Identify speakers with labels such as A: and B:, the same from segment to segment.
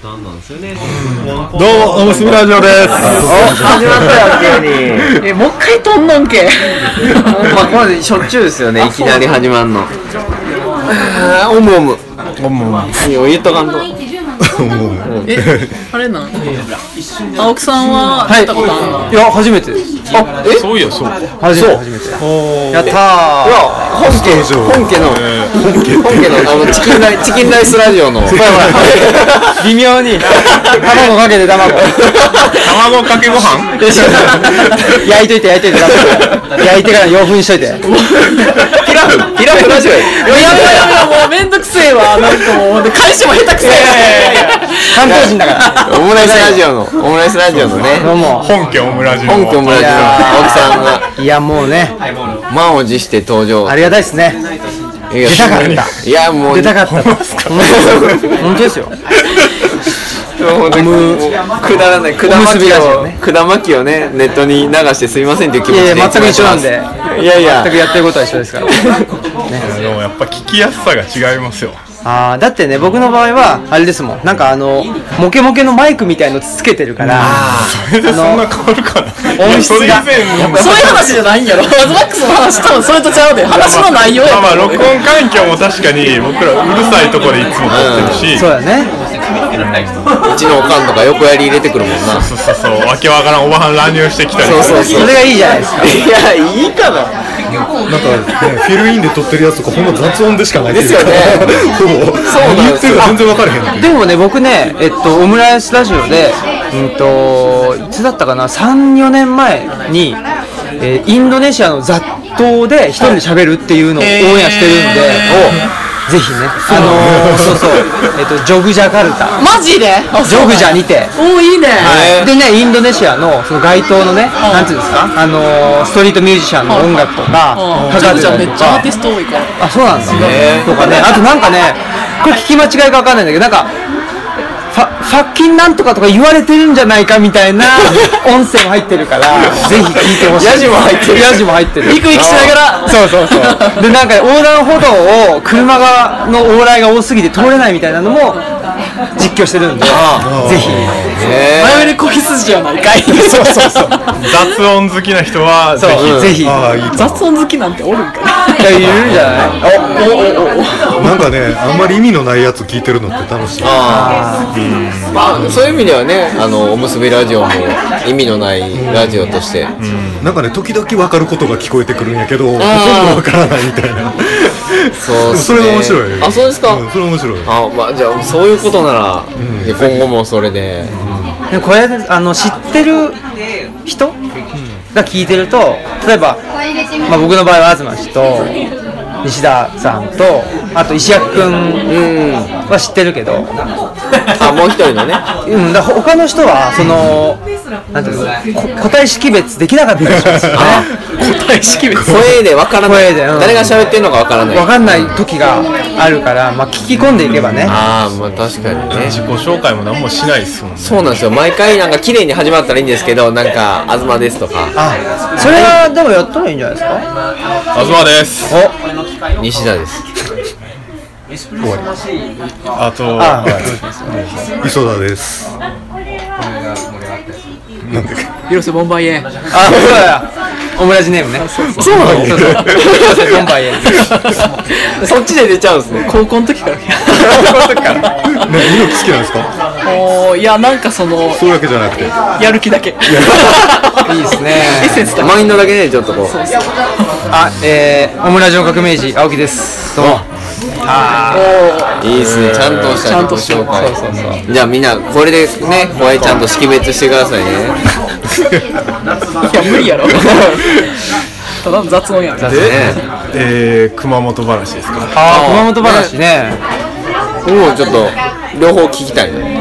A: 段なんですよね。
B: どうも、おむすびラジオです。
C: 始まったよ、急に。
D: え、もう一回とんのんけ。
C: まあ、ここまでしょっちゅうですよね、いきなり始まんの。あー、おむおむ。
B: おむおむ
C: いいよ、言っとかんと。
D: え、あれなん。青木さんは、
C: い
D: 会ったことあんの。
C: いや、初めてです。あ、え
E: そういや、そう。
C: 初めて、初めて。やったー。いや、本家、本家の、本家の、あの、チキンライ、チキンライスラジオの。
B: 微妙に、卵かけて卵。
E: 卵かけご飯
B: 焼いといて、焼いといて、卵焼いてから洋風にしといて。
C: ピラフ、ピラフラジオや。
D: いやいやいや、もうめんどくせえわ、なんかもう、で返しも下手くせえ。
B: 関東人だから。
C: オムライスラジオの、オムライスラジオのね、
B: どうも。
E: 本家オムラジの。
C: 本家オムラジオの青木さんが
B: いや、もうね、
C: 満を持して登場。
B: ありがたいですね。
C: いや
B: 出たかった
C: いや、もう。
B: 出たかった。本当ですよ。
C: 本当にくだらない、くだま
B: おむすび
C: き
B: ラジ
C: を
B: オね、
C: くだまきをね、ネットに流してすいませんっていう気持
B: い
C: ちで
B: やいや、全く一緒なんで。
C: いやいや
B: 全くやってることは一緒ですから。
E: でもやっぱ聞きやすさが違いますよ。
B: あーだってね僕の場合はあれですもんなんかあのモケモケのマイクみたいのつけてるから
E: それでそんな変わるかな。
B: 音質が
E: いやそれ以前の
D: そういう話じゃないんやろ。マズマックスの話とも、それとちゃうで、話の内容
E: ま
D: や
E: あまあ、録音環境も確かに 僕らうるさいとこでいつも撮ってるし、そ
B: そ
E: うう
B: だね
C: うちのおかんとか横やり入れてくるもんな。そ
E: そうそう、わけわからんおばはん乱入してきたりとか
C: う
B: それがいいじゃないですか
C: いや、いいかな。
F: なんか、ね、フィルインで撮ってるやつとかほんま雑音でしかない
C: ですよね
F: ほぼ
C: うなんですよ
F: 何言ってるか全然分からへんのに
B: でもね僕ねえっとオムライスラジオでうんといつだったかな34年前に、えーインドネシアの雑踏で一人で喋るっていうのをオンエアしてるんで、おぜひねあのーそうそうえっとジョグジャカルタ
D: マジで。
B: ジョグジャにて
D: おお、いいね。
C: えー
B: でねインドネシアのその街頭のね、なんていうんですか、あのーストリートミュージシャンの音楽とか、
D: うん、
B: か
D: ジ
B: かっ
D: ョ
B: て
D: グジャ
B: た
D: め
B: り
D: っ
B: と
D: ちゃアー
B: か
D: ティ、スト多いから。
B: あそうなんだ
C: ね
B: ね。とかね、あとなんかね、これ聞き間違いかわかんないんだけど、なんか。ファファッキンなんとかとか言われてるんじゃないかみたいな音声も入ってるからぜひ聞いてほしい
C: ヤジも入ってる
B: ヤジも入ってる
D: ビクビクしながら
B: そうそうそうでなんか横断歩道を車がの往来が多すぎて通れないみたいなのも実況してるんでぜ
C: あ
B: ひ
C: え
D: 前より小ひすじやないかい。
B: そうそうそう。
E: 雑音好きな人はぜひ
B: ぜひ。い
F: ああいいか
D: 雑音好きなんておるんかな。
B: や、いるんじゃない
F: なんかねあんまり意味のないやつ聞いてるのって楽しい
C: あーまあ、そういう意味ではね、あの、おむすびラジオも意味のないラジオとして。
F: なんかね時々分かることが聞こえてくるんやけどほとんど分からないみたいな
C: そう
F: で
C: っ
F: も
C: す
F: そ
C: ね
F: れが面白い
C: あ、そうですか。
F: んそれ面白い
C: あ、まあ、じゃあ、そういうことなら、で今後もそれで。
B: でもこれ、あの、知ってる人が聞いてると、例えば、まあ僕の場合は東氏と、西田さんと、あと石役くん
C: うん。
B: は知ってるけど、
C: あ、もう一人のね。
B: うん、だから他の人は、その、なんていうの、こ個体識別できなかったりしますよ
C: あ
B: ね。
C: 声でわからない。
B: 声でうん
C: 誰が喋ってるのかわからない。
B: わかんない時があるから、まあ聞き込んでいけばね。
C: ああまあ確かにね
E: 自己紹介も何もしないですもんね。
C: そうなんですよ毎回なんか綺麗に始まったらいいんですけどなんか「東です」とか
B: あ、それはでもやったらいいんじゃないですか
E: 東です。
C: 「西田です
E: あと、
B: あ
F: 磯田です
D: 広瀬ボンバイエ。
B: あ、そうだ。オムラジネームね。そうなの。ボンバイエ。」
C: そっちで出ちゃうんですね
D: 高校の時から。
F: ね猪木好きなんですか
D: おーいや、なんかその、
F: そういうわけじゃなくて
D: やる気だけ。
B: いいですね。
D: エッセンスだけ。
C: マインドだけねちょっとこう
B: あ、えー、オムラジの革命児青木です。どうも。
C: いいっすねちゃんとした自己紹介じゃあみんなこれでね声ちゃんと識別してくださいね
D: いや、無理やろ。ただの雑音やろ。
C: ね
E: えー、熊本話ですか。
B: あ熊本話ね。
C: もうちょっと両方聞きたいね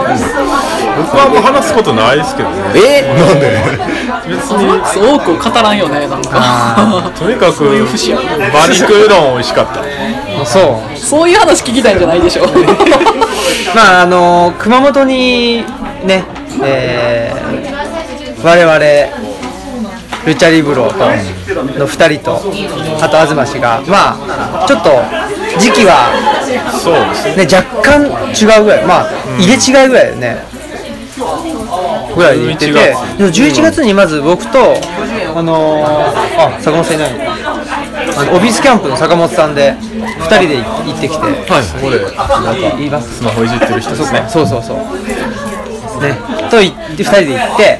E: 僕はもう話すことないですけどね。
C: え
F: なんで
E: 別
D: マッ
E: に、
D: クス多くを語らんよね、なんか。
E: とにかく、馬肉うどん美味しかった。
B: そう。
D: そういう話聞きたいんじゃないでしょ。
B: まああのー、熊本にね、えー、我々。ルチャリブロとの2人とあと東氏がまあちょっと時期は、
E: そうですね
B: ね、若干違うぐらいまあ入れ違いぐらいだよね、ぐらいで言ってて
E: 11
B: で
E: 月
B: も11月にまず僕と、あのーあ坂本さんいないのあのオフィスキャンプの坂本さんで2人で行ってきて
E: はいそこで
B: 言います
E: スマホいじってる人ですね
B: そうそうそう。ね、とい2人で行って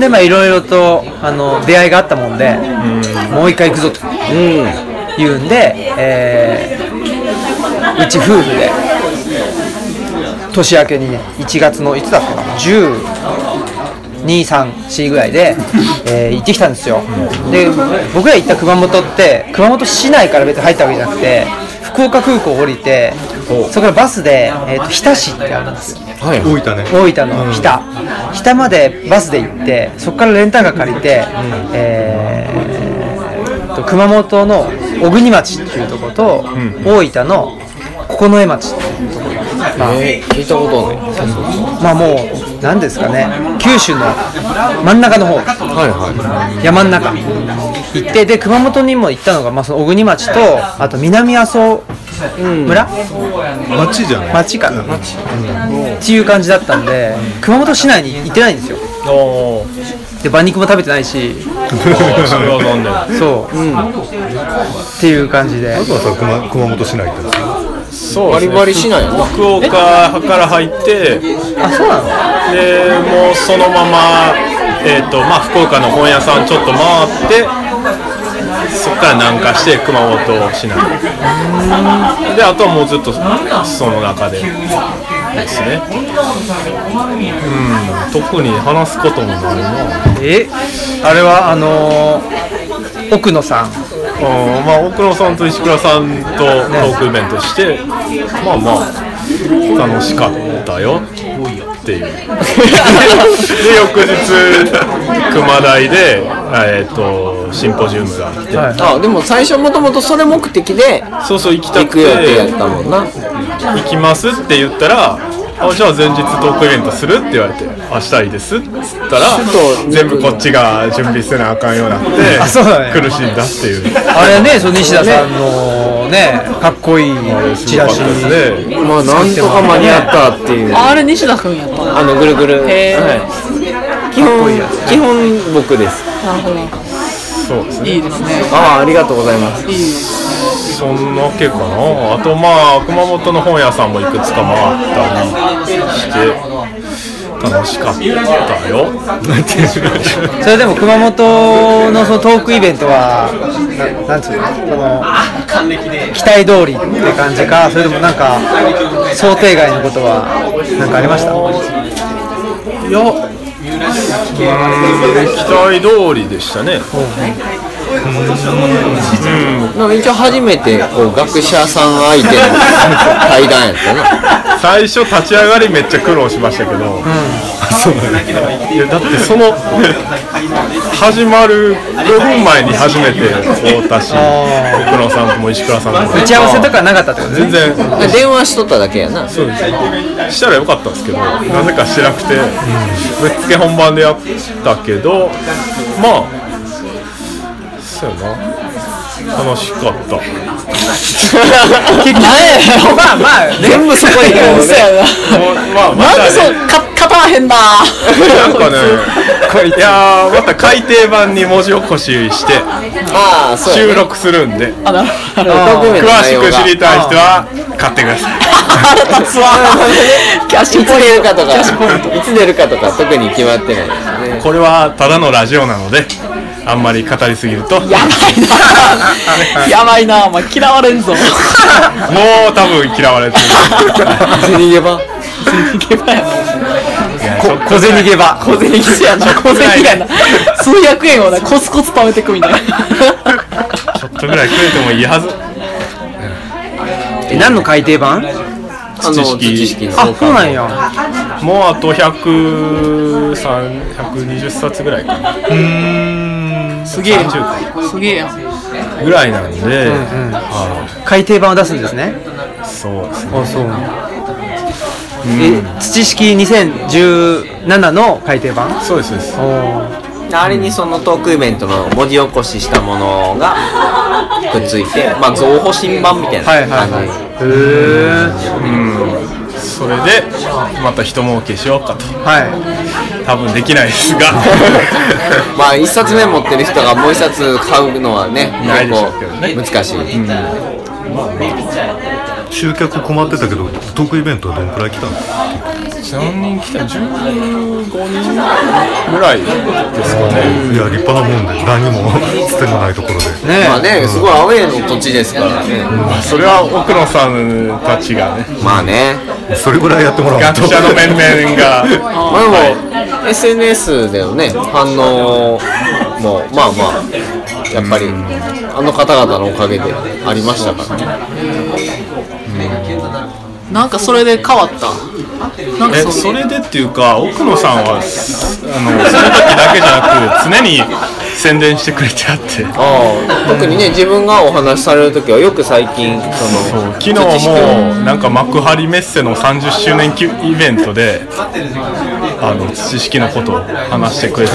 B: でまあいろいろとあの出会いがあったもんでもう一回行くぞと、言うんで、えーうち夫婦で年明けにね1月のいつだったかな1234ぐらいで、えー行ってきたんですよで僕ら行った熊本って熊本市内から別に入ったわけじゃなくて福岡空港降りてそこからバスで、えーと日田市ってあるんですよ
C: はい
F: 大分ね
B: 大分の日田、日田までバスで行ってそこからレンタカー借りて、えーっと熊本の小国町っていうところと、大分の九重町っていうところまあ、
C: えー聞いたことない
B: まあもう何ですかね九州の真ん中の方、
C: はいは
B: 山の中行ってで熊本にも行ったのが、まあ、その小国町とあと南阿蘇村、
F: 町じゃない
B: 町かな、っていう感じだったんで熊本市内に行ってないんですよで馬肉も食べてないし
E: それは残念
B: そう、っていう感じで
F: あとはさ熊熊本市内行ったんですよ
E: そう
C: バ
E: です
C: リ
E: ね
C: バリしないの
E: 福岡から入ってで
B: あそうなの
E: もうそのままえっ、とまあ福岡の本屋さんちょっと回ってそこから南下して熊本市内であとはもうずっとその中でですねうん特に話すこともないな
B: えあれはあのー奥野さん
E: うんまあ奥野さんと石倉さんとトークイベントしてまあまあ楽しかったよっ ていうで翌日熊台で、えー、とシンポジウムがあって、
C: あでも最初もともとそれ目的で
E: そうそう行きた
C: 行
E: く
C: く予定や
E: て
C: ったもんな
E: 行きますって言ったらあじゃあ前日トークイベントするって言われて明日いいですっつったら全部こっちが準備せなあかんようになって
B: あそうだね
E: 苦しんだっていう
B: あれねその西田さんのねかっこいいチラシ
E: よかったですね
C: まあなんとか間に合ったっていう
D: あれ西田君やった
C: あのぐるぐる、
D: へー
C: はい、基本基本僕です
D: なるほ
E: そ
D: ど
E: うですね
D: いいですね
C: ああありがとうございます
D: いいです
E: そんなわけかなあとまあ熊本の本屋さんもいくつか回ったりして楽しかったよ
B: それでも熊本のそのトークイベントはななんつうのこの期待通りって感じかそれともなんか想定外のことはなんかありました
E: いやうーん期待通りでしたね
C: でも一応初めてこう学者さん相手の対談やったな
E: 最初立ち上がりめっちゃ苦労しましたけど、そうなんやいやだってその始まる5分前に初めて会うたし奥野さんとも石倉さんとも
B: 打ち合わせとかなかったってことね
E: 全然
C: 電話しとっただけやな
E: そうですしたらよかったんですけどなぜかしてなくて、ぶっつけ本番でやったけどまあそうやな楽しかった
B: まあまあね
C: 全部そこに
D: 嘘や
E: もうま あま
D: ななんで
E: た
D: そう
E: ね
D: か勝たへんだ
E: なんかねいやーまた改訂版に文字起こしして
C: ああそうや
E: 収
C: ね
E: 録するんで
D: あなるほど
C: 特
E: 詳
C: に内
E: し
C: 容が
E: く知りたい人は買ってください
D: 腹立つわキャッシ
C: い
D: ュ
C: つ
D: ポイ
C: 出る
D: ント
C: かと
D: キャッシュポイン
C: かいつ出るかとか特に決まって ないですね
E: これはただのラジオなのであんまり語りすぎるともう
D: トやばいなお前嫌われ んぞ
E: 多分嫌われてる
C: 別に言えば
B: 小銭ゲバ
D: 小銭一 やな小銭やな数百円をなコツコツ貯めてくみたいな
E: ちょっとぐらいくれてもいいはず
B: え何の改訂版
C: あの知識の
B: あそうなんや
E: もうあと100 120冊ぐらいかな
D: すげえやん
E: 30か
D: すげえやん
E: ぐらいなんで、
B: 改訂版を出すんですね
E: そうですね
B: あそうえ土式2017の改訂版
E: そうですそうです
B: おー
C: あれにそのトークイベントの文字起こししたものがくっついて、まあ、増補新版みたいな
B: はいはい
C: 感じ
B: は
E: それでまた人儲けしようかと
B: いへえは
E: 多分できないですが
C: まあ一冊目持ってる人がもう一冊買うのはね
E: ないでしょうけどね
C: 結構難しい、
F: 集客困ってたけどトークイベントはどのくらい来たの
E: 何人来た15人ぐらいですかね
F: いや立派なもんで何もつてもないところで
B: いねえ
C: まあねすごいアウェーの土地ですからね、
E: まあそれは奥野さんたちがね
C: まあね
F: それぐらいやってもらう
E: 学
F: と
E: 者の面々が
C: まあでも SNS でのね反応もまあまあやっぱりあの方々のおかげでありましたからね
D: なんかそれで変わったなんか
E: え
D: そ
E: そ
D: の
E: れでっていうか奥野さんはあのその時だけじゃなく常に宣伝してくれてあって
C: ああ特にね自分がお話しされる時はよく最近その
E: 昨日もなんか幕張メッセの30周年きイベントであの土式のことを話してくれて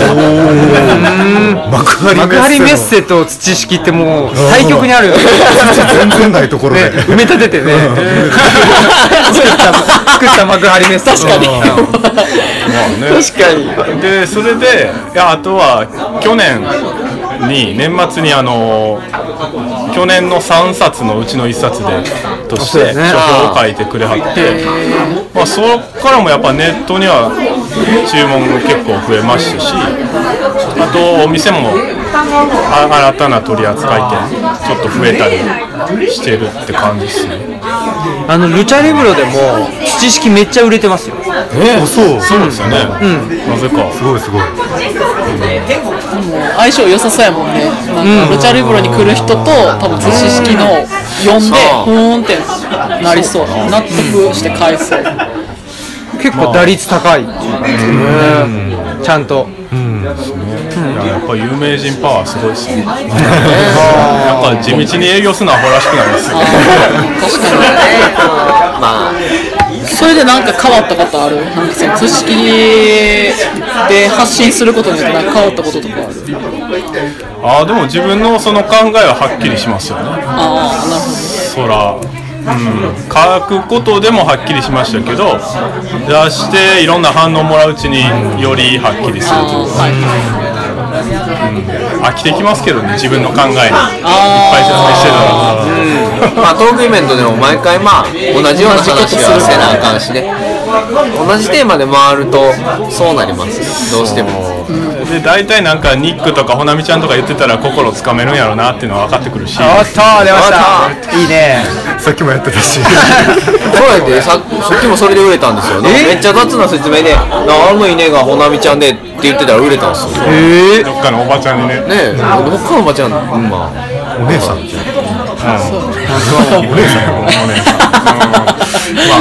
F: 幕張
B: 幕張メ
F: メ
B: ッ
F: ッセ
B: セと土式ってもう対極にあるね
F: の全然ないところで
B: 埋め立ててね 作った作った幕張メッセ確かに
E: まあね、確かにでそれでいやあとは去年に年末にあの去年の3冊のうちの1冊でとし
B: そうで
E: て
B: すね
E: 書評を書いてくれはってまあ、そこからもやっぱネットには注文が結構増えましたしあとお店もあ新たな取り扱い店ちょっと増えたりしてるって感じですね
B: あのルチャリブロでも土式めっちゃ売れてますよ
F: あそうす
E: そうですよね、なぜか
F: ごいすごい
D: 相性良さそうやもんねなんかルチャリブロに来る人と多分図式の呼んでふーんってなりそう納得して返そう
B: 結構打率高いっていうねちゃんと
E: いややっぱ有名人パワーすごいですね。やっぱ地道に営業するのはアホらしくなりますよ。
D: 確か
C: まあ
D: にそれでなんか変わったことあるなんかその図式で発信することによってなんか変わったこととかある
E: ああでも自分のその考えははっきりしますよね。
D: ああなるほ
E: そ
D: ど
E: ら。うん、書くことでもはっきりしましたけど出していろんな反応もらううちによりはっきりする
D: あ
E: と
D: ーはい
E: 飽きてきますけどね自分の考えにいっぱい説明してたら
D: あ
C: まあ、トークイベントでも毎回まあ同じような話はせなあかんしね同じテーマで回るとそうなりますどうしても
E: で大体なんかニックとかほなみちゃんとか言ってたら心つかめるんやろうなっていうのは分かってくるし
B: おっと出ましたいいね
F: さっきもやってたし
C: そうやってさそっちもそれで売れたんですよねめっちゃ雑な説明で「なあの稲がほなみちゃんで」って言ってたら売れたんですよね
B: え
E: どっかのおばちゃんにね
C: えどっかのおばちゃんうんまあ
F: お姉さんじゃん
E: お姉さんよお姉さん、うん、まあ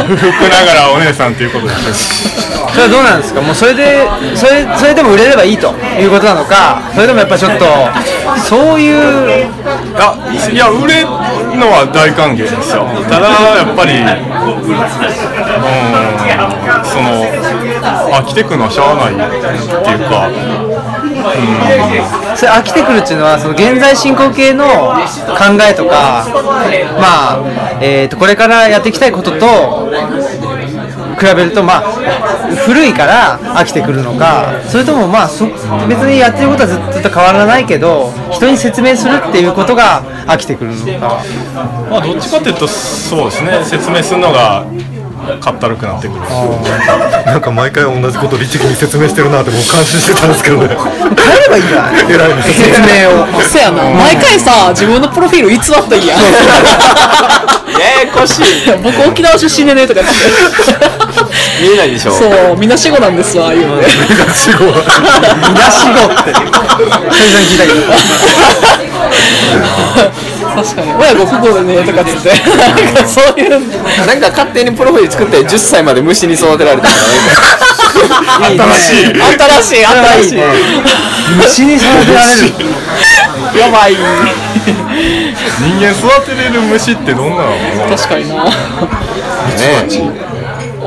E: 不服ながらお姉さんっていうことです
B: それはどうなんですかもうそれでそれそれでも売れればいいということなのかそれでもやっぱちょっとそういう
E: あいや売れるのは大歓迎ですよただやっぱりうんそのあ来てくのはしゃあないっていうか
B: それ飽きてくるっていうのはその現在進行形の考えとかまあ、えー、とこれからやっていきたいことと比べるとまあ古いから飽きてくるのかそれともまあそ別にやってることはずっと変わらないけど人に説明するっていうことが飽きてくるのか
E: まあどっちかっていうとそうですね説明するのがかったるくなってくる
F: なんか毎回同じこと律儀に説明してるなって僕感心してたんですけどね
B: 変えればいいんじゃない
F: 偉いね
B: 説明 を
D: あそうやな毎回さ自分のプロフィール偽ったんや
C: ややこしい
D: いや僕沖縄出身でねとか言って
C: 見えないでしょ
D: そうみんな死後なんですわ言うのね
F: 死後
B: みなしごって先生に聞いたけど
D: 確かに親子不幸でねとかっつってなんかそういう
C: なんか勝手にプロフィール作って10歳まで虫に育てられたからね
E: 新しい
D: 新しい新しい
B: 虫に育てられる
D: やばい
E: 人間育てれる虫ってどんなの
D: 確かにな
C: ね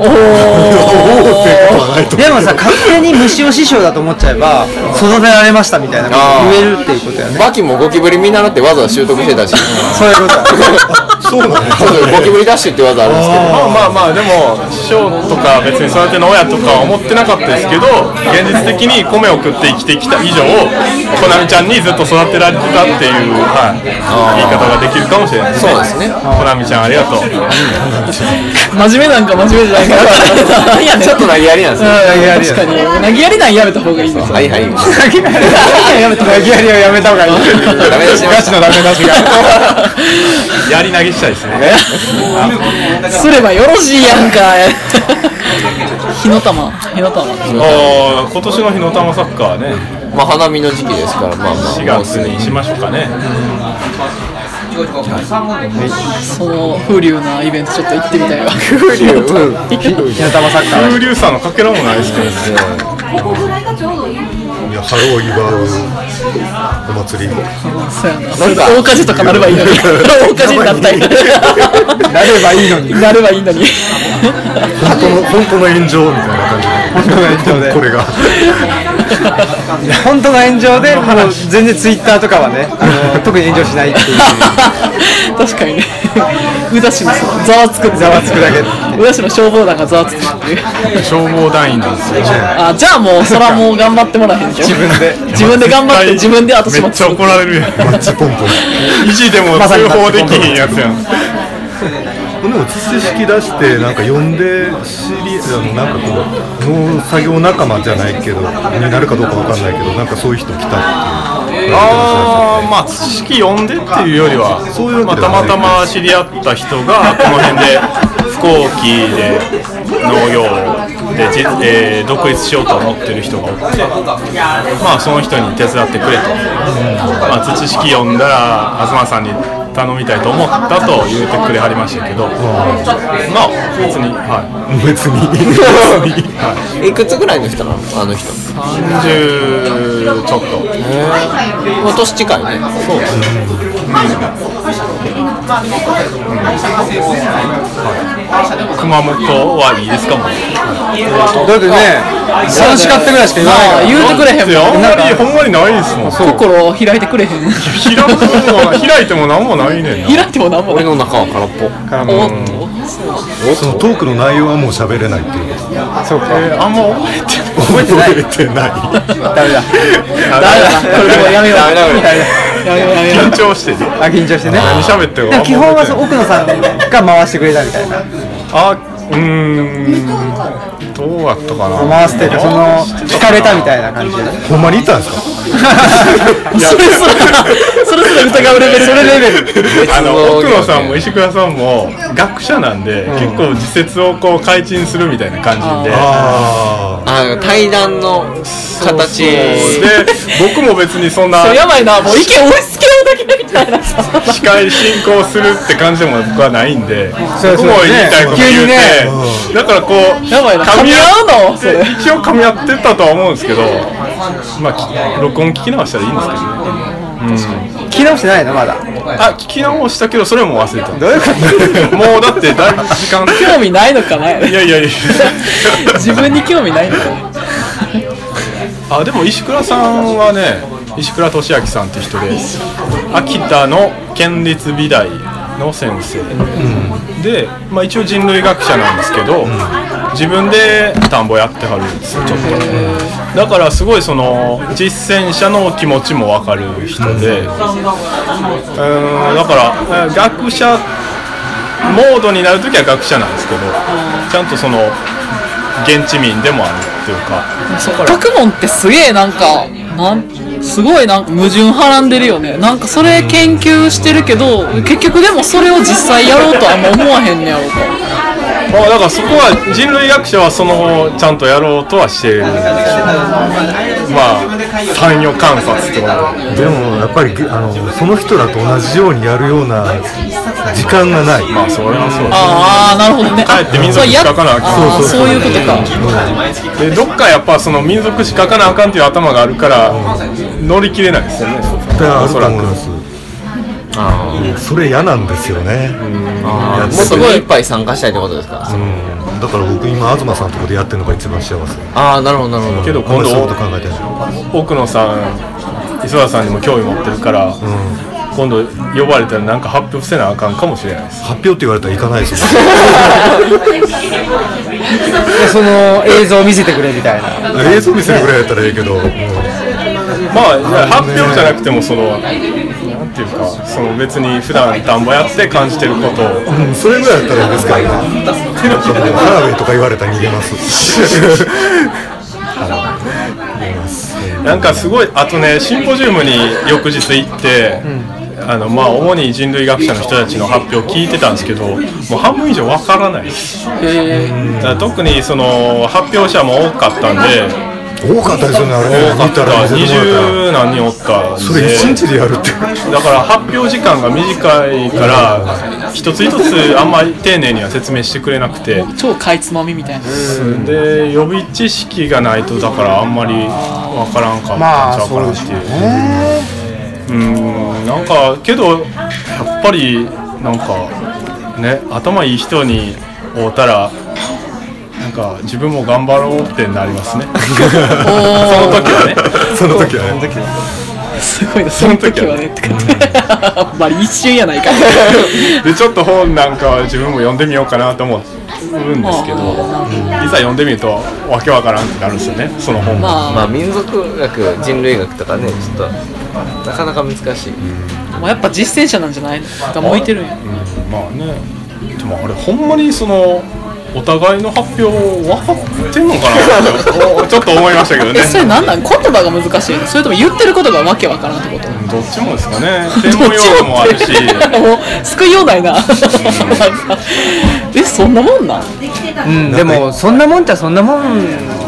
D: おお
F: ないと思うけど
B: でもさ勝手に虫を師匠だと思っちゃえば育てられましたみたいなこと言えるっていうことよね
C: バキもゴキブリ見習って技習得してたし、
B: そういうこと だ
F: そうなん
C: そうそうゴキブリダッシュって技あるんですけど、
E: まあまあまあでも師匠とか別に育ての親とかは思ってなかったですけど現実的に米を食って生きてきた以上コナミちゃんにずっと育てられてたっていう、はい、言い方ができるかもしれないですね
C: そうですね
E: コナミちゃんありがとう
D: 真面目なんか真面目じゃないからいや
C: ちょっと投げやりなんですね。
D: 確かに投げやりなんやめた方がいいですよ
C: はいはい。
B: やめたやりをやめた方がいい
C: ダメ出しま
E: ガ
C: し
E: チのダメ出しが やり投げしたいですね
D: すればよろしいやんか 火の玉火の玉
E: あー今年の日の玉サッカーはね
C: た。まあ花見の時期ですから、まあまあ
E: 4
C: もう
E: 月
C: すぐ
E: にしましょうかね
D: その風流なイベントちょっと行ってみたいわ
B: 日の玉サッカー
E: 風流さのかけらもないですけどね
F: いやハロを祝うお祭りも
D: そうやなそれで大火事とかなればいいのに大火事になったり
B: なればいいのに
D: なればいいのに
F: 本当の本当の炎上みたいな感じ
B: 本当の炎上で
F: これが
B: 本当の炎上でもう全然ツイッターとかはねあの特に炎上しないっていう
D: 確かにね宇田市のざわつく
B: ざわつくだけ
D: 宇田市の消防団がざわつくっていう
E: 消防団員なんですよ
D: あじゃあもうそらもう頑張ってもらえへんじゃん自
B: 分で
D: 自分で頑張って自分で後始
E: め
D: 末
E: っちゃ
D: する
E: 怒られるやん
F: マッチポンポン
E: 意地でも通報できひんやつやん
F: でも知識出してなんか呼んでシリーズあのなんかこう農作業仲間じゃないけどになるかどうかわかんないけどなんかそういう人来たっていう
E: あーまあ知識読んでっていうよりは
F: そういうわ
E: ま
F: けで
E: た
F: はな
E: また
F: い
E: ま知り合った人がこの辺で飛行機で農業でじ、えー独立しようと思ってる人がおってまあその人に手伝ってくれと、まあ、土式読んだら東さんに頼みたいと思ったと言うてくれはりましたけどまあ別にはい
F: 別に
C: いくつぐらいの人なのあの人。
E: 30ちょっ
C: も
E: と。
C: う年近いね。そうですね。
E: 熊本はいいですかもう。
B: だってね楽しかったぐらいしか言わないから
D: あ言うてくれへんもん
E: あんまりほんまにないですもん。
D: 心を開いてくれへん
E: 開くのは開いてもなんもない ねんな。
D: 開いてもなんもな
C: 俺
D: い
C: の中は空っぽ。
D: おっと
F: そのトークの内容はもう喋れないっていう
E: そうか。えーあんま覚えて
F: 覚えてない
E: ない。
D: だそれもうやめよう
C: ダメダメダメ
D: やめようやめよう
E: 緊張してる。
B: あ緊張してね
E: 何喋ってる
B: でも基本はそう
E: う。
B: 奥野さんが回してくれたみたいな
E: あ、うーん。どうやったかな。
B: 回すっていうかその聞かれたみたいな感じで
F: ほんまにいたんですか
D: それすらそれすら疑うレベルそれレベル
E: あの奥野さんも石倉さんも学者なんで、結構自説をこう開陳するみたいな感じで。
F: あ
C: あの対談の形。
E: で僕も別にそんな
D: やばいなもう意見押し付けるだけみたいなさ
E: 司会進行するって感じでも僕はないんで
B: そう
E: 僕も言いたいこと言うて、
F: 急
E: だからこう
D: やばいな噛み合うのそれ
E: で一応噛み合ってたとは思うんですけどまあき録音聞き直したらいいんですけどね
B: 聞き直してないのまだ
E: あ聞き直したけどそれも忘れた
B: どういうこ
E: もうだってだいぶ時間
D: 興味ないのかない
E: やいやいや
D: 自分に興味ないのかな
E: あでも石倉さんはね石倉俊明さんって人で秋田の県立美大の先生、で、まあ、一応人類学者なんですけど、自分で田んぼやってはるんですよちょっとだからすごいその実践者の気持ちも分かる人で、うんだからえー学者モードになる時は学者なんですけどちゃんとその現地民でもあるっていうか
D: そう学問ってすげえなんかなんすごいなんか矛盾はらんでるよねなんかそれ研究してるけど結局でもそれを実際やろうとはあんま思わへんねやろうか
E: まあだからそこは人類学者はそのちゃんとやろうとはしてるんでしょうまあ産業観察ってこと
F: あでもやっぱりあのその人らと同じようにやるような時間がない
E: まあそれはそう
D: ああなるほどね
E: かえって民族
D: そうや
E: 史書かなあかん
D: あーそういうことか
E: でどっかやっぱその民族史書かなあかんっていう頭があるから乗り切れないですよね
F: 絶対あると思いますそれ嫌なんですよね
C: もっと目いっぱい参加したいってことですか。その
F: だから僕今東さんのとこでやってるのが一番幸せ
C: ああなるほどなるほ
E: けど
F: あん
E: 今
F: まりそういう
E: 度
F: こと考えてない
E: 奥野さん磯田さんにも興味持ってるから、今度呼ばれたらなんか発表せなあかんかもしれないです
F: 発表って言われたら行かないですよ
B: でその映像を見せてくれみたいな
F: 映像見せるぐらいやったらええけど、うん
E: まあ発表じゃなくてもそのなんていうかその別に普段田んぼやって感じてることを
F: うんそれぐらいやったらいいですからねなんかもうハラウェイとか言われたら逃げます
E: なんかすごいあとねシンポジウムに翌日行って、あのまあ主に人類学者の人たちの発表を聞いてたんですけどもう半分以上わからないですだから特にその発表者も多かったんで
F: 多かったですよねあれね
E: 多か
F: 見
E: った
F: たら見せ
E: 二
F: てもらったら
E: 十何人おったんで
F: それ一日でやるって
E: だから発表時間が短いから一つ一つあんまり丁寧には説明してくれなくて
D: 超かいつまみみたいな
E: で予備知識がないとだからあんまりわからんかったんちゃうかなっていう,、うんなんかけどやっぱりなんかね頭いい人に会うたらなんか自分も頑張ろうってなりますね その時はね
F: その時はね
D: すごいなその時はねって感じ まあ一瞬やないか
E: でちょっと本なんかは自分も読んでみようかなと思うんですけどいざ読んでみるとわけわからんってなるんですよねその本も、
D: まあ
C: まあ民族学人類学とかねちょっとなかなか難しい、
D: まあやっぱ実践者なんじゃないが向いてるんや
E: うんまあねでもあれほんまにそのお互いの発表分かってんのかなって ちょっと思いましたけどね
D: えそれなんなん言葉が難しいのそれとも言ってることがわけわからんってこと
E: どっちもですかね専門用語もあ るし
D: もう救いようないなえそんなもんなん
B: うんでもそんなもんっちゃそんなもん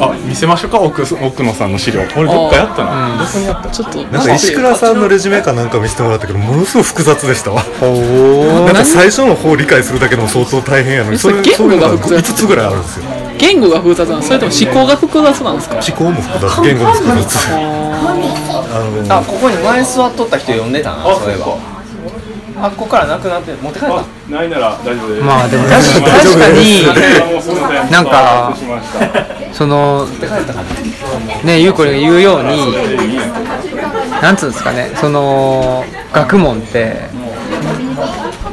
E: あ見せましょうか奥奥野さんの資料これどっかやったなどこにあった
D: ちょっと
F: なんか石倉さんのレジュメかなんか見せてもらったけどものすごい複雑でしたわなんか最初の方理解するだけでも相当大変やのにそれ
D: それ
F: そういうのが
D: 言語が複雑
F: 5つぐらいあるんですよ
D: 言語が複雑なのそれとも思考が複雑なんですか
F: 思考も複雑言語も複雑あ
A: あここに前座っとった人呼んでたなそういえばあここからなくなって持って帰った
E: ないなら大丈夫です
B: まあでも確か確かにな んかそのねゆうこりんが言うようになんつうんですかねその学問って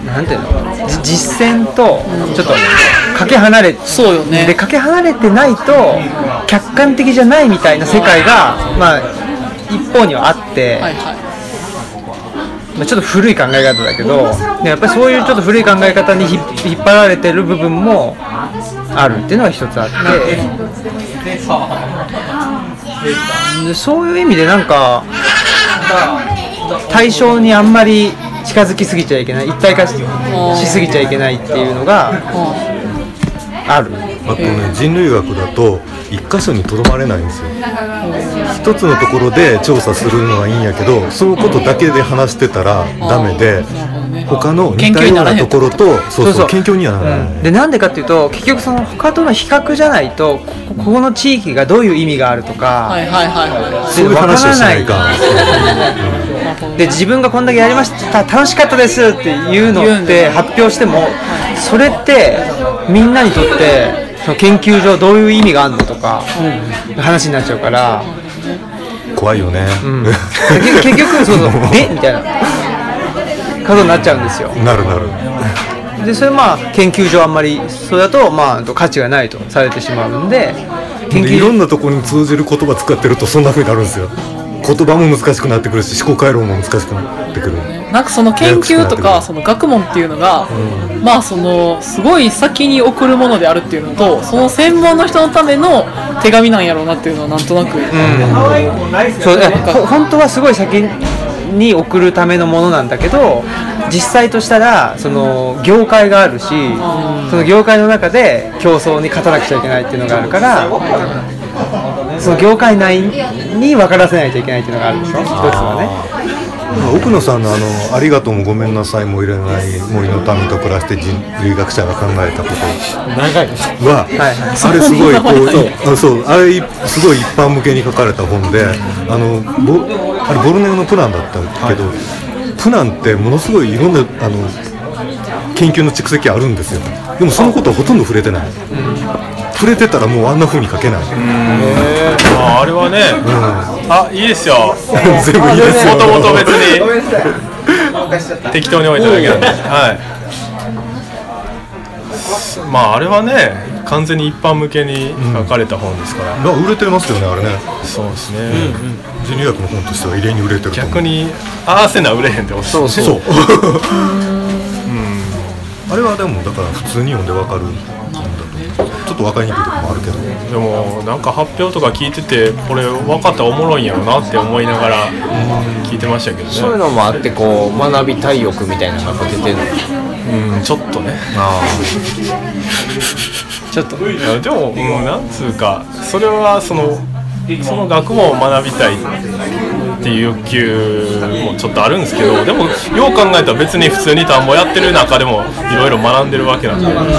B: なんていうのじ実践とちょっとかけ離れて
D: そうよね
B: でかけ離れてないと客観的じゃないみたいな世界がまあ一方にはあって、
D: はいは
B: まあ、ちょっと古い考え方だけどねやっぱりそういうちょっと古い考え方に引っ引っ張られてる部分もあるっていうのが一つあってでそういう意味でなんか対象にあんまり近づきすぎちゃいけない一体化ししすぎちゃいけないっていうのがある。
F: あとね人類学だと一箇所にとどまれないんですよ一つのところで調査するのはいいんやけどそのことだけで話してたらダメで他の似たようなところとそうそう研究にはなら
B: う
F: なんい
B: でなんでかっていうと結局その他との比較じゃないとこここの地域がどういう意味があるとか、
D: いはいはいはいは
F: そういう話をしないか
B: で自分がこんだけやりました楽しかったですっていうの
D: 言うん
B: っ
D: だ
B: て発表してもそれってみんなにとってその研究上どういう意味があるのとか、話になっちゃうから、
F: 怖いよね、
B: で結局そう そう「で」みたいなことになっちゃうんですよ
F: なるなる
B: でそれまあ研究上あんまりそれだとまあ価値がないとされてしまうんで研
F: でい
B: 究
F: ろんなところに通じる言葉使ってるとそんな風になるんですよ言葉も難しくなってくるし思考回路も難しくなってくる
D: いなんかその研究とかその学問っていうのが、まあそのすごい先に送るものであるっていうのとその専門の人のための手紙なんやろうなっていうのはなんとなく、
B: そうえほ本当はすごい先に送るためのものなんだけど実際としたらその業界があるしその業界の中で競争に勝たなくちゃいけないっていうのがあるからその業界内に分からせないといけないっていうのがあるでしょ一つはね
F: まあ奥野さんのあの「ありがとうもごめんなさいもいらない森の民と暮らして人類学者が考えたこと」は、あれすごいこうあ そうあれすごい一般向けに書かれた本であのボあれボルネオのプランだったけど、プランってものすごいいろんなあの研究の蓄積あるんですよでもそのことはほとんど触れてない、触れてたらもうあんな風に書けない、
E: ああれはね、あいいですよ
F: 全部いいですよ
E: もともと別に適当に置いただけなんで、はい、まああれはね完全に一般向けに書かれた本ですから、
F: な売れてます よねあれね
E: そうですね、
F: 人類学の本としては異例に売れてると思う
E: 逆に合わせな売れへんっておっしゃ
F: そうあれはでもだから普通に読んでわかるんだと思うちょっとわかりにくいとこもあるけど
E: でもなんか発表とか聞いててこれ分かったらおもろいんやろなって思いながら聞いてましたけどね
C: そういうのもあってこう学びたい欲みたいなのが出てるの
E: うんちょっとね
C: あ
B: ちょっと
E: いやでも、うん、なんつうかそれはそのその学問を学びたいっていう欲求もちょっとあるんですけどでもよう考えたら別に普通に田んぼやってる中でもいろいろ学んでるわけなんでまあいい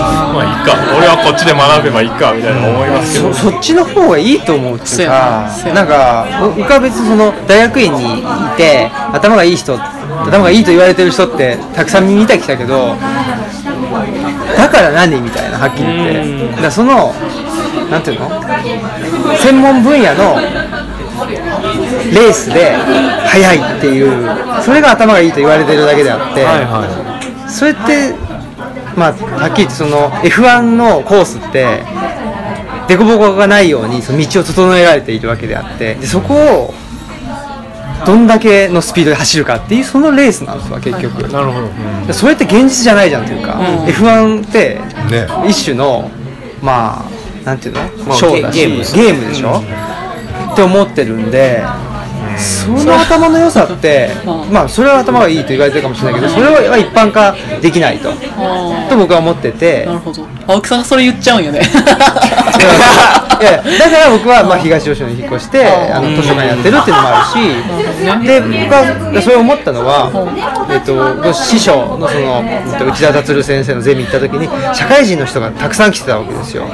E: か俺はこっちで学べばいいかみたいな思いますけど
B: そそっちの方がいいと思うって
D: せ
B: いう
D: や
B: か
D: なせやな
B: なんかぼ僕は別にその大学院にいて頭がいい人頭がいいと言われてる人ってたくさん見てきたけどだから何みたいなはっきり言ってだからそのなんていうの専門分野のレースで速いっていうそれが頭がいいと言われてるだけであって、それってまあはっきり言ってその F1 のコースって凸凹がないようにその道を整えられているわけであってでそこをどんだけのスピードで走るかっていうそのレースなんですわ結局、
E: なるほど、
B: でそれって現実じゃないじゃんというか、F1 って
F: ね
B: 一種のまあなんていうの、
C: あ
B: ショーだし
C: ゲ
B: ゲ
C: ゲーム
B: ーム
C: で
B: ですしょ、って思ってるんで、その頭の良さって、まあそれは頭がいいと言われてるかもしれないけどそれは一般化できないと
D: あ
B: と僕は思ってて
D: ーなるほど青木さんがそれ言っちゃうんよね
B: い やいやだから僕はまあ東吉野に引っ越してあの図書館やってるっていうのもあるしで僕はそれを思ったのは、えっと、僕師匠のそのえっと内田達先生のゼミ行った時に社会人の人がたくさん来てたわけですよ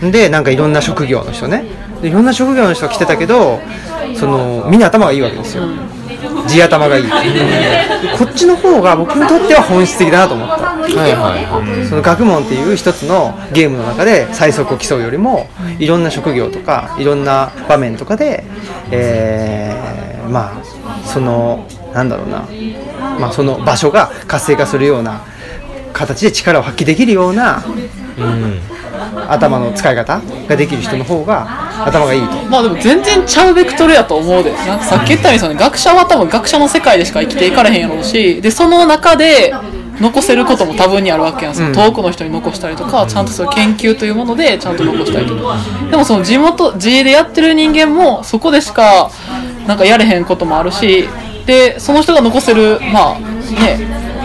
B: でなんかいろんな職業の人ねでいろんな職業の人が来てたけどそのみんな頭がいいわけですよ地頭がいいこっちの方が僕にとっては本質的だなと思った
C: はいはいはい
B: その学問っていう一つのゲームの中で最速を競うよりもいろんな職業とかいろんな場面とかで、えーまあそのなんだろうな、まあ、その場所が活性化するような形で力を発揮できるような、頭の使い方ができる人の方が頭がいいと。
D: まあでも全然ちゃうベクトルやと思うでなんかさっき言ったようにその学者は多分学者の世界でしか生きていかれへんやろうしでその中で残せることも多分にあるわけやんですよ、遠くの人に残したりとかちゃんとそういう研究というものでちゃんと残したりとかでもその地元地でやってる人間もそこでしかなんかやれへんこともあるしでその人が残せるまあね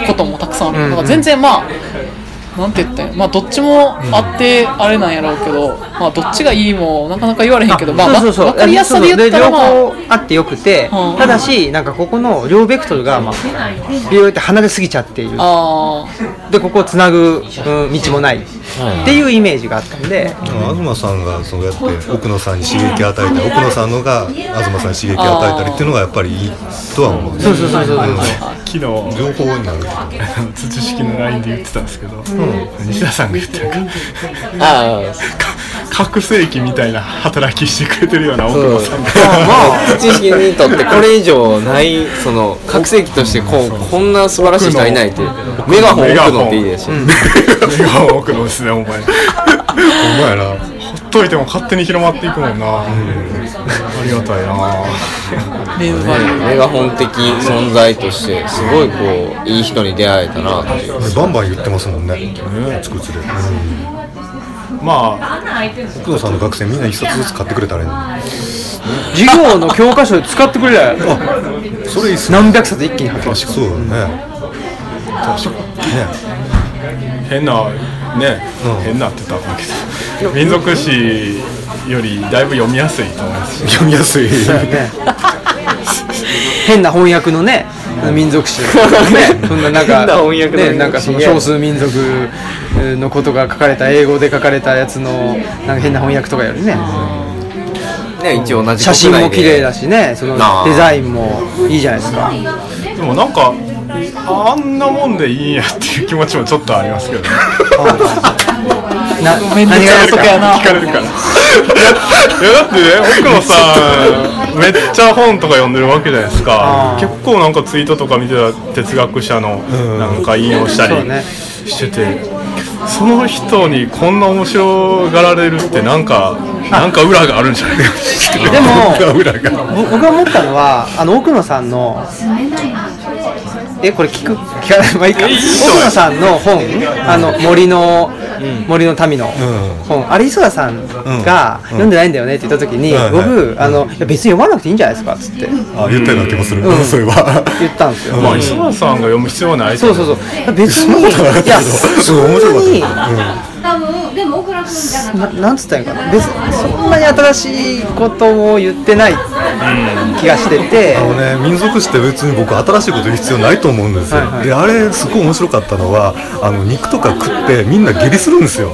D: こともたくさんあるだから全然まあなんて言ったんやまあどっちもあってあれなんやろうけど、まあどっちがいいもなかなか言われへんけどまあわ
B: そうそうそう
D: わかりやすさで言ったらま
B: で両
D: あ
B: 方あってよくて、
D: うん
B: ただしなんかここの両ベクトルが、まあ、ビューって離れすぎちゃっている
D: あ
B: でここをつなぐ、うん道もないっていうイメージがあったんで、
F: でも東さんがそうやって奥野さんに刺激を与えたり奥野さんのが東さんに刺激を与えたりっていうのがやっぱりいいとは思うね
B: そうそうそうそうそう
E: 昨日
F: 情報になる
E: 土式の LINE で言ってたんですけど、西田さんが言ってたか
C: ああ
E: 覚醒器みたいな働きしてくれてるような奥
C: そう
E: 野
C: ま
E: さんが
C: あまあ知識にとってこれ以上ないその覚醒器としてこうこんな素晴らしい人はいないっていうメガホン置くのっていいですよ
E: 笑顔奥野ですねお前ほ
F: お前ら
E: っといても勝手に広まっていくもんな、ありがたいな
D: あネームバリュー
C: メガホン的存在としてすごいこういい人に出会えたなっていう
F: バンバン言ってますもんねつくつで、うん
E: まあ
F: 奥野さんの学生みんな一冊ずつ買ってくれたらいいのに
B: 授業の教科書で使ってくれりゃ
F: それいいっすね
B: 何百冊一気に発表
F: そうだねね
E: 変なね、変なって言ったらあかんけど民族史よりだいぶ読みやすいと思いますし
F: 読みや すい
B: 変な翻訳のね民族史、ね、そんななんか
C: 変な翻訳の
B: ね、なんかその少数民族のことが書かれた英語で書かれたやつのなんか変な翻訳とかよりね
C: ね一応同じ
B: 写真も綺麗だ
C: し
B: しねそのデザインもいいじゃないですか
E: でもなんかあんなもんでいいんやっていう気持ちもちょっとありますけどね
B: な何
D: めんど
B: が
D: くさいとかやな
E: 聞かれるからいやだってね奥野さんめっちゃ本とか読んでるわけじゃないですか結構なんかツイートとか見てた哲学者のなんか引用したり
B: そうね
E: しててその人にこんな面白がられるってなんかなんか裏があるんじゃないか
B: でも
E: なんか裏が
B: ぼ僕が思ったのはあの奥野さんのえこれ聞く聞かないまあいいか奥野さんの本あの森の、森の民の本、あれ磯田さんが
F: うん
B: 読んでないんだよねって言った時に、
F: はいはい
B: 僕あのいや別に読まなくていいんじゃないですかっつって
F: あ言ったような気もする、
B: うん
F: それは
B: 言ったんですよ、
E: まあ磯田さんが読む必要はない
B: そうそうそう別にいや
F: すごい面白かった
B: に
G: 多分でも大倉君じゃな
B: ななんつったんやかな別にそんなに新しいことを言ってない気がしてて、
F: あのね、民族史って別に僕新しいこと言う必要ないと思うんですよ、
B: はいはい
F: であれすごい面白かったのはあの肉とか食ってみんな下痢するんですよ、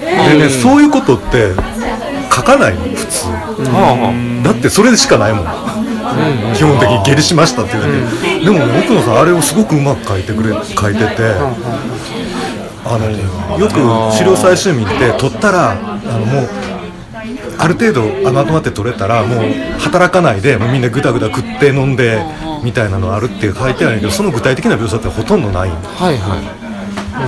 F: でねそういうことって書かないの普通、だってそれしかないもん、基本的に下痢しましたっていうだけ、でもね奥野さんあれをすごくうまく書いてくれ書いてて、あのよく狩猟採集民って取ったらあのもうある程度あのまとまって取れたらもう働かないでもうみんなぐだぐだ食って飲んでみたいなのあるって書いてあるんやけどその具体的な描写ってほとんどない
C: はいはい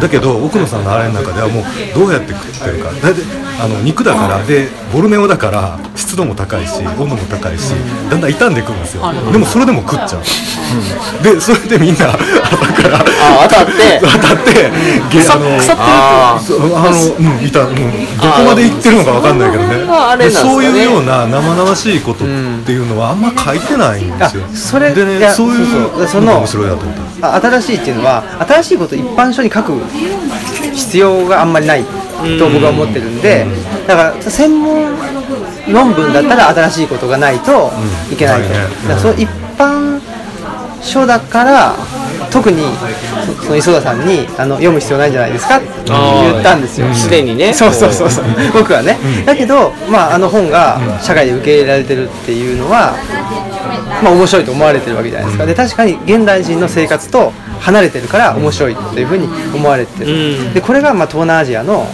F: だけど奥野さんのあれの中ではもうどうやって食ってるかだいたいあの肉だからでボルネオだから湿度も高いし温度も高いしだんだん傷んでくるんですよでもそれでも食っちゃう、でそれでみんな 朝から
C: あ当たって
F: 当たってげあ
D: 腐
F: の
D: ってる
C: あ
F: そうあの、うん、いた、うん、どこまで行ってるのかわかんないけど
C: それはあ
F: ね。
C: れなんで
F: で
C: すかね
F: そういうような生々しいことっていうのはあんま書いてないんですよ。
B: あそれ
F: で
B: い
F: ね、
B: や
F: そういう
B: そうそうそ
F: の
B: の
F: が面白いなと思った。
B: あ新しいっていうのは新しいことを一般書に書く必要があんまりないと僕は思ってるんでだから専門論文だったら新しいことがないといけないと、
F: うんないねうん
B: だからその一般書だから特にそその磯田さんにあの読む必要ないんじゃないですかって言ったんですよ、
C: あすでにね
B: そうそうそうそう僕はね、だけど、まあ、あの本が社会で受け入れられてるっていうのは、まあ、面白いと思われてるわけじゃないですか、で確かに現代人の生活と離れてるから面白いというふうに思われてる、でこれがまあ東南アジアの、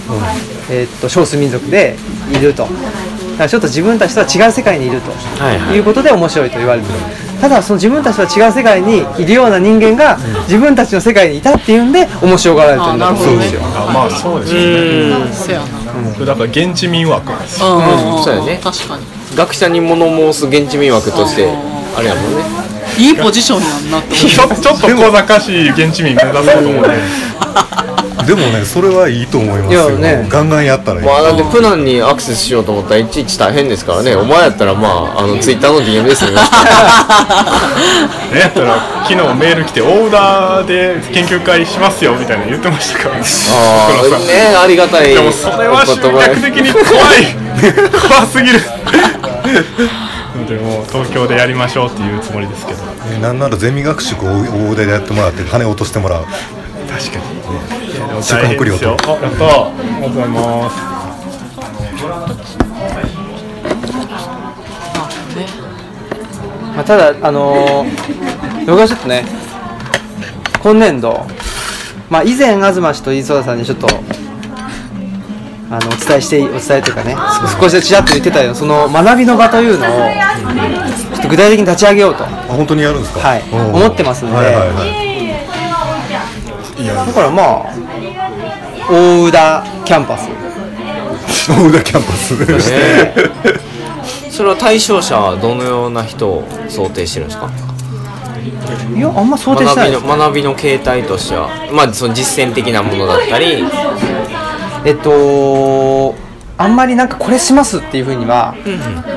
B: えーっと少数民族でいると。だからちょっと自分たちとは違う世界にいると、
C: はい
B: い
C: はいう
B: ことで面白いと言われてるただその自分たちとは違う世界にいるような人間が自分たちの世界にいたっていうんで面白がられてるんだと思うんですよ
E: あまあそうですよね
D: せやな
E: だから現地民 枠なんですよ
D: うん、
C: そうやね
D: 確かに
C: 学者に物申す現地迷惑としてあれやもんね
D: いいポジションやんなって思
E: ちょちょっと小賢しい現地民目指そうと思って
F: でもね、それはいいと思いますよ。
B: いやね
F: ガンガンやったらいい。
C: まあだってプナンにアクセスしようと思ったらいちいち大変ですからねお前やったらまああのツイッターの DM ですよね
E: ねやったら昨日メール来てオーダーで研究会しますよみたいなの言ってましたからね
C: あ
E: 黒田さ
C: あ
E: ん
C: ねありがたい
E: で
C: お
E: もそれは集
C: 言
E: 客
C: 葉
E: 的に怖い怖すぎるでもう東京でやりましょうっていうつもりですけど
F: えなんならゼミ学宿を大腕でやってもらって金落としてもらう。
E: 確かに
F: 宿泊料
E: ですよ
F: と。
E: あありがとうありがとうございます
B: まあ、ただあのー、僕はちょっとね今年度まあ以前東氏と磯田さんにちょっとあのお伝えしてお伝えというかね少少しちらっと言ってたようなその学びの場というのをちょっと具体的に立ち上げようと
F: あ本当にやるんですか。
B: はい
F: うん
B: 思ってますんで
F: はいはいはい。
B: だからまあ大浦キャンパス
F: 大腕キャンパス。
C: にそれは対象者はどのような人を想定してるんですか
B: いやあんま想定してな
C: 学び
B: いで
C: の
B: す
C: 学びの形態としてはまあその実践的なものだったり
B: えっとあんまりなんかこれしますっていうふうには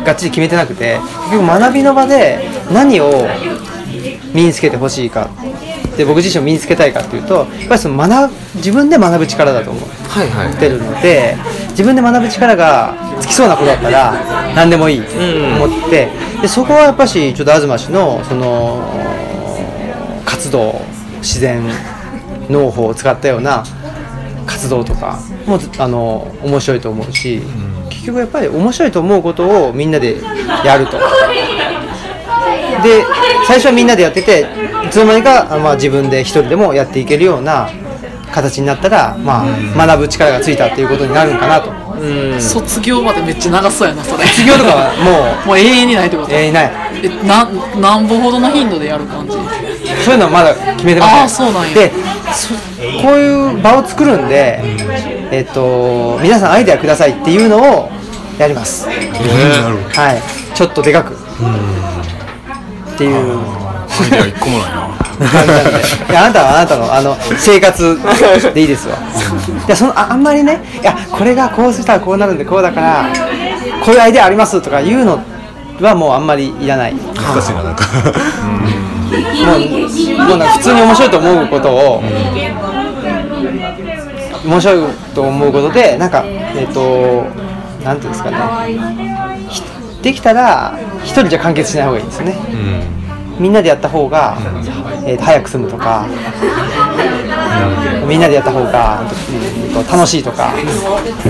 B: がっちり決めてなくて結局学びの場で何を身につけてほしいかで僕自身を身につけたいかっていうとやっぱりその学自分で学ぶ力だと思っ
C: はいはい
B: てるので自分で学ぶ力がつきそうな子だったら何でもいいと思ってでそこはやっぱしちょっと東氏のその活動自然農法を使ったような活動とかもあの面白いと思うし、結局やっぱり面白いと思うことをみんなでやると。で最初はみんなでやってていつの間にかあまあ自分で一人でもやっていけるような形になったら、まあ、学ぶ力がついたっていうことになるんかなと
D: 卒業までめっちゃ長そうやなそれ
B: 卒業とかはも
D: もう永遠にないってこ
B: う
D: と
B: えーいない
D: えな何本ほどの頻度でやる感じ
B: そういうのはまだ決めてません
D: あーそうなんや
B: でそこういう場を作るんで、えっと皆さんアイデアくださいっていうのをやります
F: な る
B: はいちょっとでかくっていう
E: アイデア一個もないな
B: 感じなん でいやあなたはあなたのあの生活でい いですよいやそのああんまりねいやこれがこうしたらこうなるんでこうだからこういうアイデアありますとかいうのはもうあんまりいらないも
F: 難しいななんか
B: うもうなんか普通に面白いと思うことを、面白いと思うことでなんかえっ、となんていうんですかねひできたら一人じゃ完結しない方がいいですよね、みんなでやった方が、えーと早く済むとか、みんなでやった方が、えーと楽しいとか、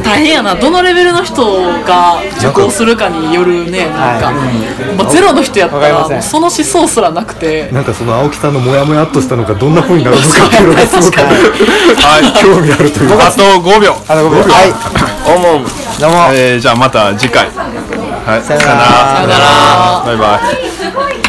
D: 大変やなどのレベルの人が受講するかによるねなんか、まあ、ゼロの人やった
B: わかりま
D: ら
B: せん
D: もうその思想すらなくて
F: なんかその青木さんのモヤモヤっとしたのがどんな風になるのかっていうのがすごく
E: はい
F: 興味あるという
E: あと5秒
B: あのごめんはい、
E: おもん
B: どうも。
E: えーじゃあまた次回はいさよ
B: よなら
E: ならバイバイ